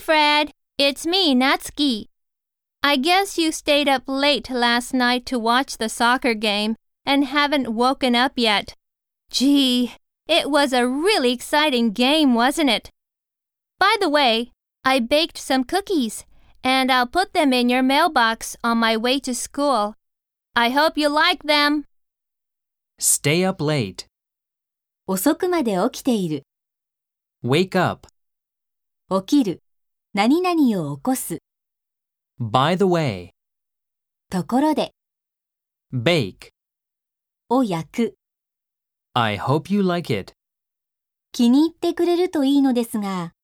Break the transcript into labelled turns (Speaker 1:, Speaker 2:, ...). Speaker 1: Fred. It's me, Natsuki. I guess you stayed up late last night to watch the soccer game and haven't woken up yet. Gee, it was a really exciting game, wasn't it? By the way, I baked some cookies, and I'll put them in your mailbox on my way to school. I hope you like them.
Speaker 2: Stay up late.
Speaker 3: 遅くまで起きている、
Speaker 2: Wake up.
Speaker 3: 起きる、何々を起こす、
Speaker 2: By the way.
Speaker 3: ところで、
Speaker 2: Bake.
Speaker 3: を焼く、
Speaker 2: I hope you like it.
Speaker 3: 気に入ってくれるといいのですが。